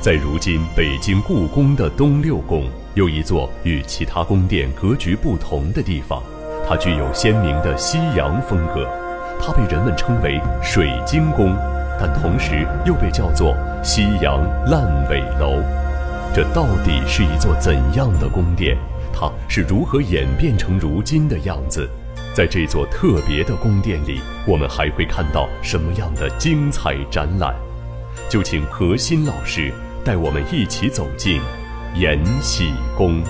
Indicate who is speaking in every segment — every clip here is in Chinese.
Speaker 1: 在如今北京故宫的东六宫，有一座与其他宫殿格局不同的地方，它具有鲜明的西洋风格，它被人们称为“水晶宫”，但同时又被叫做“西洋烂尾楼”。这到底是一座怎样的宫殿？它是如何演变成如今的样子？在这座特别的宫殿里，我们还会看到什么样的精彩展览？就请何欣老师带我们一起走进延禧宫。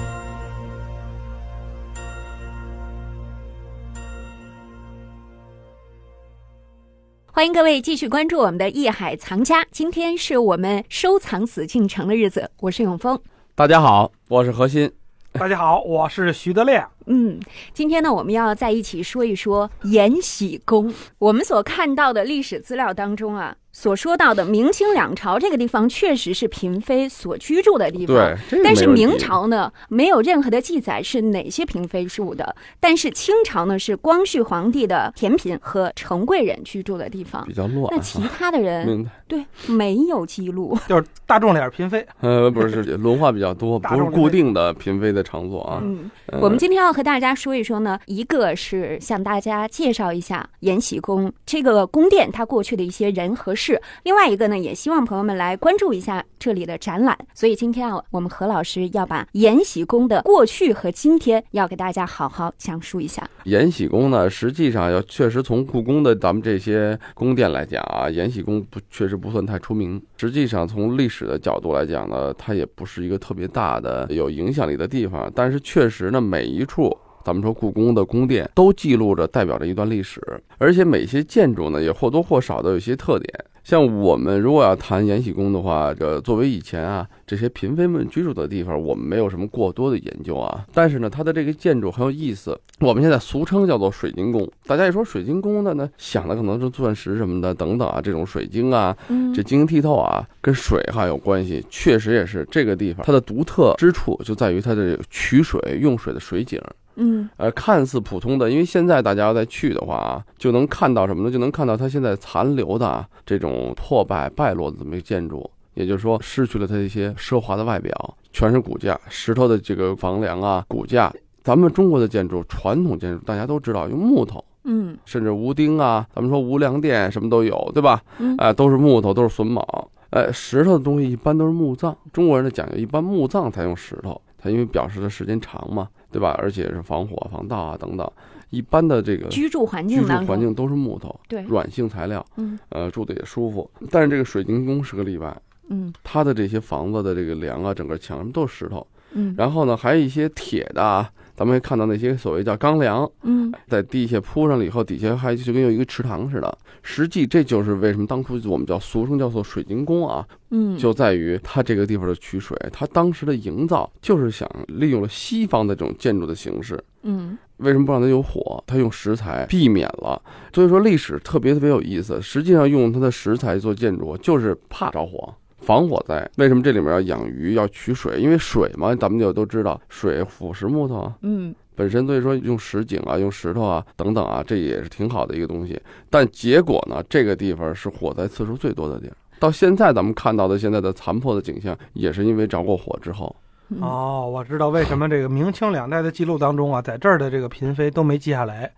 Speaker 2: 欢迎各位继续关注我们的《艺海藏家》，今天是我们收藏紫禁城的日子，我是永峰。
Speaker 3: 大家好，我是何鑫。
Speaker 4: 大家好，我是徐德亮。
Speaker 2: 嗯，今天呢，我们要在一起说一说延禧宫。我们所看到的历史资料当中啊，所说到的明清两朝这个地方，确实是嫔妃所居住的地方。
Speaker 3: 对，这个
Speaker 2: 但是
Speaker 3: 没问题
Speaker 2: 明朝呢，没有任何的记载是哪些嫔妃住的。但是清朝呢，是光绪皇帝的甜嫔和成贵人居住的地方
Speaker 3: 比。较乱
Speaker 2: 那
Speaker 3: 啊，
Speaker 2: 其他的人
Speaker 3: 明白？
Speaker 2: 对没有记录，
Speaker 4: 就是大众脸嫔妃，
Speaker 3: 呃，不是，轮换比较多，
Speaker 4: 大
Speaker 3: 不是
Speaker 4: 众
Speaker 3: 固
Speaker 4: 点
Speaker 3: 定的嫔妃的场所啊。
Speaker 2: 嗯。
Speaker 3: 呃
Speaker 2: 我们今天要和大家说一说呢，一个是向大家介绍一下延禧宫这个宫殿它过去的一些人和事，另外一个呢，也希望朋友们来关注一下这里的展览。所以今天啊，我们何老师要把延禧宫的过去和今天要给大家好好讲述一下。
Speaker 3: 延禧宫呢，实际上要确实从故宫的咱们这些宫殿来讲啊，延禧宫不确实不算太出名。实际上从历史的角度来讲呢，它也不是一个特别大的有影响力的地方。但是确实呢，每一处咱们说故宫的宫殿都记录着代表着一段历史，而且每些建筑呢也或多或少的有一些特点。像我们如果要谈延禧宫的话，这作为以前啊这些嫔妃们居住的地方，我们没有什么过多的研究啊。但是呢，它的这个建筑很有意思，我们现在俗称叫做水晶宫。大家一说水晶宫的呢，想的可能是钻石什么的等等啊，这种水晶啊，
Speaker 2: 嗯
Speaker 3: 这晶莹剔透啊，跟水哈有关系，确实也是这个地方它的独特之处就在于它的取水用水的水井。
Speaker 2: 嗯
Speaker 3: 呃，看似普通的，因为现在大家要再去的话啊，就能看到什么呢？就能看到它现在残留的啊这种破败败落的这么一个建筑，也就是说失去了它一些奢华的外表，全是骨架，石头的这个房梁啊，骨架。咱们中国的建筑，传统建筑大家都知道用木头，
Speaker 2: 嗯
Speaker 3: 甚至屋钉啊，咱们说无梁殿什么都有，对吧？
Speaker 2: 嗯
Speaker 3: 啊、都是木头，都是榫卯。呃，石头的东西一般都是墓葬，中国人的讲究一般墓葬才用石头，它因为表示的时间长嘛，对吧？而且是防火、防盗啊等等。一般的这个居
Speaker 2: 居住环境
Speaker 3: 住
Speaker 2: 当中，
Speaker 3: 环境都是木头，
Speaker 2: 对，
Speaker 3: 软性材料，
Speaker 2: 嗯
Speaker 3: 呃，住的也舒服。但是这个水晶宫是个例外，
Speaker 2: 嗯
Speaker 3: 它的这些房子的这个梁啊，整个墙什么都是石头，
Speaker 2: 嗯
Speaker 3: 然后呢，还有一些铁的啊，咱们会看到那些所谓叫钢梁，
Speaker 2: 嗯
Speaker 3: 在地下铺上了以后，底下还就跟有一个池塘似的。实际这就是为什么当初我们叫俗称叫做水晶宫啊，
Speaker 2: 嗯，
Speaker 3: 就在于它这个地方的取水，它当时的营造就是想利用了西方的这种建筑的形式。
Speaker 2: 嗯
Speaker 3: 为什么不让它有火？它用石材避免了，所以说历史特别特别有意思。实际上用它的石材做建筑，就是怕着火。防火灾，为什么这里面要养鱼要取水？因为水嘛，咱们就都知道，水腐蚀木头啊，
Speaker 2: 嗯
Speaker 3: 本身所以说用石井啊、用石头啊等等啊，这也是挺好的一个东西。但结果呢，这个地方是火灾次数最多的地儿。到现在咱们看到的现在的残破的景象，也是因为着过火之后。
Speaker 2: 嗯
Speaker 4: 哦，我知道为什么这个明清两代的记录当中啊，在这儿的这个嫔妃都没记下 来，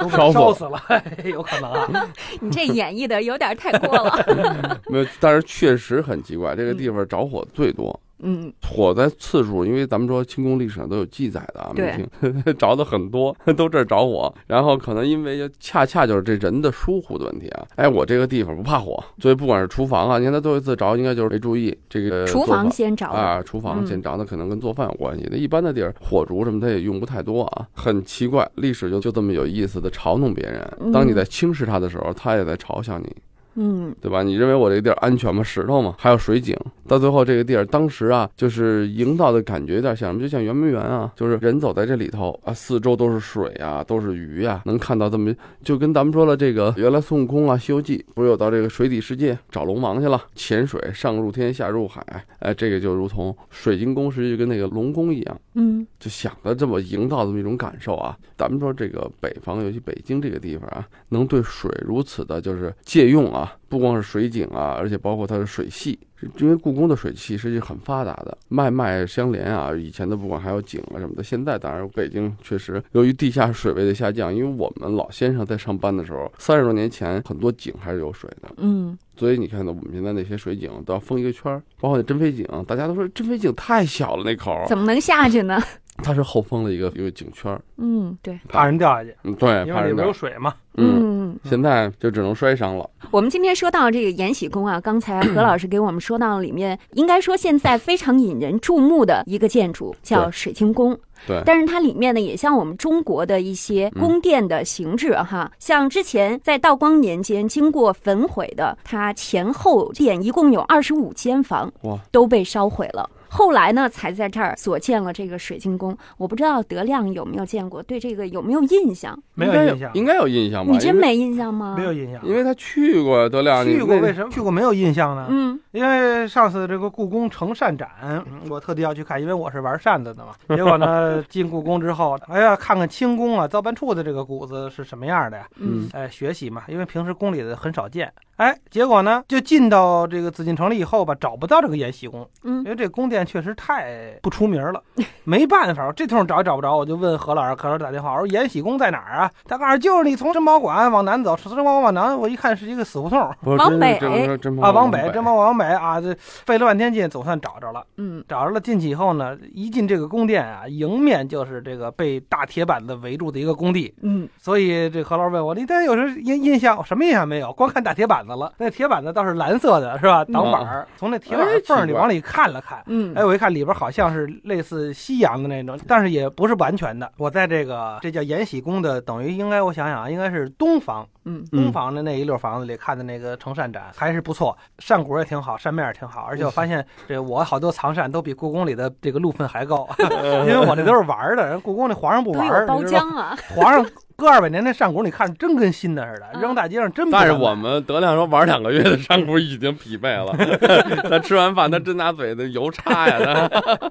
Speaker 4: 都
Speaker 3: 烧
Speaker 4: 被
Speaker 3: 死
Speaker 4: 烧死了，嘿嘿 有可能啊。
Speaker 2: 你这演绎的有点太过了，
Speaker 3: 没有，但是确实很奇怪，这个地方着火最多。
Speaker 2: 嗯
Speaker 3: 火灾次数，因为咱们说清宫历史上都有记载的啊，
Speaker 2: 对
Speaker 3: 明清 着的很多，都这儿着火。然后可能因为恰恰就是这人的疏忽的问题啊，哎，我这个地方不怕火，所以不管是厨房啊，你看他最后一次着，应该就是没注意这个
Speaker 2: 厨
Speaker 3: 做法
Speaker 2: 房先着了，
Speaker 3: 啊，厨房
Speaker 2: 嗯
Speaker 3: 先着的可能跟做饭有关系。那一般的地儿，火烛什么它也用不太多啊，很奇怪，历史就就这么有意思的嘲弄别人。当你
Speaker 2: 嗯
Speaker 3: 在轻视他的时候，他也在嘲笑你，
Speaker 2: 嗯。
Speaker 3: 对吧？你认为我这个地儿安全吗？石头吗？还有水井，到最后这个地儿，当时啊，就是营造的感觉有点像什么，就像圆明园啊，就是人走在这里头啊，四周都是水啊，都是鱼啊，能看到这么就跟咱们说了这个原来孙悟空啊，《西游记》不是有到这个水底世界找龙王去了，潜水上入天下入海，哎，这个就如同水晶宫实际就跟那个龙宫一样。
Speaker 2: 嗯
Speaker 3: 就想的这么营造这么一种感受啊。咱们说这个北方，尤其北京这个地方啊，能对水如此的，就是借用啊啊，不光是水景啊，而且包括它的水系，是因为故宫的水系是很发达的，脉脉相连啊。以前的不管还有井啊什么的，现在当然北京确实由于地下水位的下降，因为我们老先生在上班的时候，三十多年前很多井还是有水的，
Speaker 2: 嗯，
Speaker 3: 所以你看到我们现在那些水井都要封一个圈儿，包括那真飞井，大家都说真飞井太小了那口儿，
Speaker 2: 怎么能下去呢？
Speaker 3: 它是后封了一个一个井圈儿，
Speaker 2: 嗯，对，
Speaker 4: 怕人掉下去，
Speaker 3: 嗯，对，
Speaker 4: 因
Speaker 3: 怕
Speaker 4: 为里
Speaker 3: 人
Speaker 4: 边
Speaker 3: 的
Speaker 4: 有，水嘛。
Speaker 3: 嗯，
Speaker 2: 嗯，
Speaker 3: 现在就只能摔伤了。
Speaker 2: 我们今天说到这个延禧宫啊，刚才何老师给我们说到里面，应该说现在非常引人注目的一个建筑叫
Speaker 3: 对
Speaker 2: 水晶宫。
Speaker 3: 对
Speaker 2: 但是它里面呢，也像我们中国的一些
Speaker 3: 嗯
Speaker 2: 宫殿的形制啊哈，像之前在道光年间经过焚毁的，它前后殿一共有二十五间房，
Speaker 3: 哇，
Speaker 2: 都被烧毁了。后来呢，才在这儿所建了这个水晶宫。我不知道德亮有没有见过，对这个有没有印象？
Speaker 4: 没
Speaker 3: 应该
Speaker 4: 有印象，
Speaker 3: 应啊该有印象吧？
Speaker 2: 你真
Speaker 3: 因为，
Speaker 2: 没印象吗？
Speaker 4: 没有，印象。
Speaker 3: 因为他去过德亮，
Speaker 4: 去
Speaker 3: 你
Speaker 4: 过
Speaker 3: 那
Speaker 4: 为什么去过没有印象呢？
Speaker 2: 嗯
Speaker 4: 因为上次这个故宫成扇展，嗯我特地要去看，因为我是玩扇子的 嘛。结果呢，进故宫之后，哎呀，看看清宫啊、造办处的这个谷子是什么样的呀？
Speaker 2: 嗯
Speaker 4: 哎，学习嘛，因为平时宫里的很少见。哎，结果呢，就进到这个紫禁城了以后吧，找不到这个延禧宫，因
Speaker 2: 嗯，
Speaker 4: 为这宫殿确实太不出名了，没办法，我这地方找也找不着，我就问何老师，何老师打电话，我说延禧宫在哪儿啊？他告诉我就是你从珍宝馆往南走，从珍宝馆往南，我一看是一个死胡同，
Speaker 3: 不是
Speaker 2: 往
Speaker 3: 真是
Speaker 2: 北
Speaker 3: 真不是真不
Speaker 4: 啊，
Speaker 3: 是
Speaker 4: 往
Speaker 3: 北
Speaker 4: 北，这么往北啊，这费了半天劲，总算找着了。
Speaker 2: 嗯，
Speaker 4: 找着了，进去以后呢，一进这个宫殿啊，迎面就是这个被大铁板子围住的一个工地。
Speaker 2: 嗯，
Speaker 4: 所以这何老师问我，你对有什么印印象？什么印象没有？光看大铁板子了。那铁板子倒是蓝色的，是吧？挡板儿，从那铁板
Speaker 3: 哎
Speaker 4: 缝儿
Speaker 3: 奇
Speaker 4: 里
Speaker 3: 怪
Speaker 4: 往里看了看。
Speaker 2: 嗯，
Speaker 4: 哎，我一看里边好像是类似西洋的那种，但是也不是完全的。我在这个这叫延禧宫的，等于应该我想想啊，应该是东房，
Speaker 2: 嗯，
Speaker 3: 嗯
Speaker 4: 东房的那一溜房子里看的那个成扇展还是不错，扇骨也挺好，扇面也挺好，而且我发现这我好多藏扇都比故宫里的这个路分还高，因为我这都是玩儿的，人故宫那皇上不
Speaker 2: 都
Speaker 4: 玩
Speaker 2: 有
Speaker 4: 儿，
Speaker 2: 包
Speaker 4: 你知道吗，
Speaker 2: 浆 啊，
Speaker 4: 皇上搁二百年那扇骨你看着真跟新的似的，
Speaker 2: 嗯
Speaker 4: 扔大街上真不
Speaker 3: 但是
Speaker 4: 敢买
Speaker 3: 我们德亮说玩两个月的山谷已经疲惫了， 他吃完饭他真拿嘴的油叉呀，他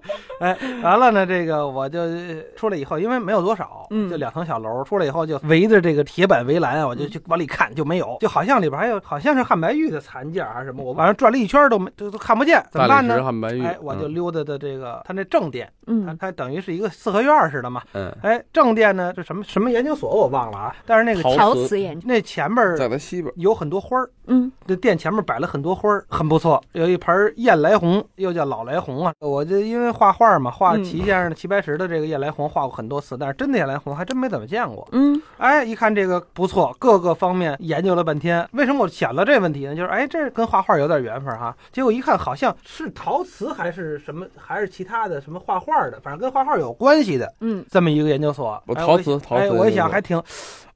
Speaker 4: 完了呢，这个我就呃出来以后，因为没有多少，
Speaker 2: 嗯
Speaker 4: 就两层小楼，出来以后就围着这个铁板围栏啊，我就去往里看，就没有，就好像里边还有好像是汉白玉的残件儿还是啊什么，我晚上转了一圈都没都都看不见，怎么
Speaker 3: 大
Speaker 4: 办
Speaker 3: 理石
Speaker 4: 呢？
Speaker 3: 汉白玉，
Speaker 4: 哎，我就
Speaker 3: 嗯
Speaker 4: 溜达的这个他那正殿，它
Speaker 2: 嗯
Speaker 4: 它等于是一个四合院儿似的嘛，
Speaker 3: 嗯，
Speaker 4: 哎，正殿呢这什么什么研究所我忘了啊，但是那个
Speaker 3: 陶
Speaker 2: 陶
Speaker 3: 瓷
Speaker 2: 瓷眼睛，
Speaker 4: 那前边儿
Speaker 3: 在他西边，
Speaker 4: 有很多花儿。
Speaker 2: 嗯
Speaker 4: 这店前面摆了很多花儿，很不错。有一盆儿艳来红，又叫老来红啊。我就因为画画嘛，画
Speaker 2: 嗯
Speaker 4: 齐先生的齐白石的这个艳来红画过很多次，但是真的艳来红还真没怎么见过。
Speaker 2: 嗯
Speaker 4: 哎，一看这个不错，各个方面研究了半天。为什么我想到这问题呢？就是哎，这跟画画有点缘分哈。结果一看，好像是陶瓷还是什么，还是其他的什么画画的，反正跟画画有关系的
Speaker 2: 嗯
Speaker 4: 这么一个研究所。
Speaker 3: 我
Speaker 4: 哎
Speaker 3: 陶瓷陶
Speaker 4: 哎，
Speaker 3: 瓷，
Speaker 4: 我一想还挺，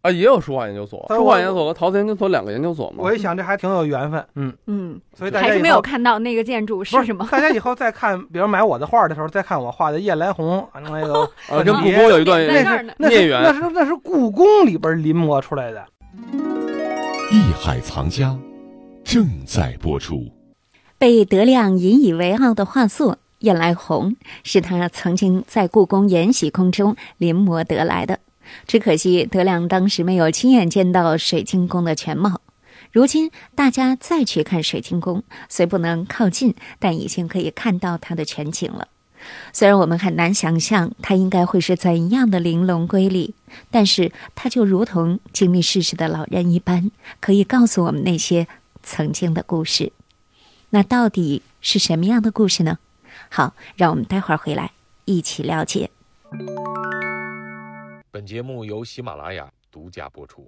Speaker 3: 啊也有书画研究所，
Speaker 4: 但是
Speaker 3: 书
Speaker 4: 我
Speaker 3: 画研究所和陶瓷研究所两个研究所嘛，
Speaker 4: 我，一想这还挺有缘分，嗯，
Speaker 2: 嗯，
Speaker 4: 所以大家
Speaker 2: 还是
Speaker 4: 以
Speaker 2: 没
Speaker 4: 后
Speaker 2: 有看到那个建筑
Speaker 4: 不
Speaker 2: 是什么？
Speaker 4: 大家以后再看，比如买我的画的时候，再看我画的《艳来红》啊那个
Speaker 3: 啊跟故宫有一段
Speaker 2: 在
Speaker 4: 那
Speaker 2: 那儿
Speaker 4: 是
Speaker 2: 呢
Speaker 4: 那
Speaker 3: 孽
Speaker 4: 是
Speaker 3: 缘
Speaker 4: 那是那是故宫里边临摹出来的。
Speaker 1: 艺海藏家正在播出。
Speaker 2: 被德亮引以为傲的画作《燕来红》，是他曾经在故宫延禧宫中临摹得来的。只可惜德亮当时没有亲眼见到水晶宫的全貌。如今大家再去看水晶宫，虽不能靠近，但已经可以看到它的全景了。虽然我们很难想象它应该会是怎样的玲珑瑰丽，但是它就如同经历世事的老人一般，可以告诉我们那些曾经的故事。那到底是什么样的故事呢？好，让我们待会儿回来一起了解。
Speaker 5: 本节目由喜马拉雅独家播出。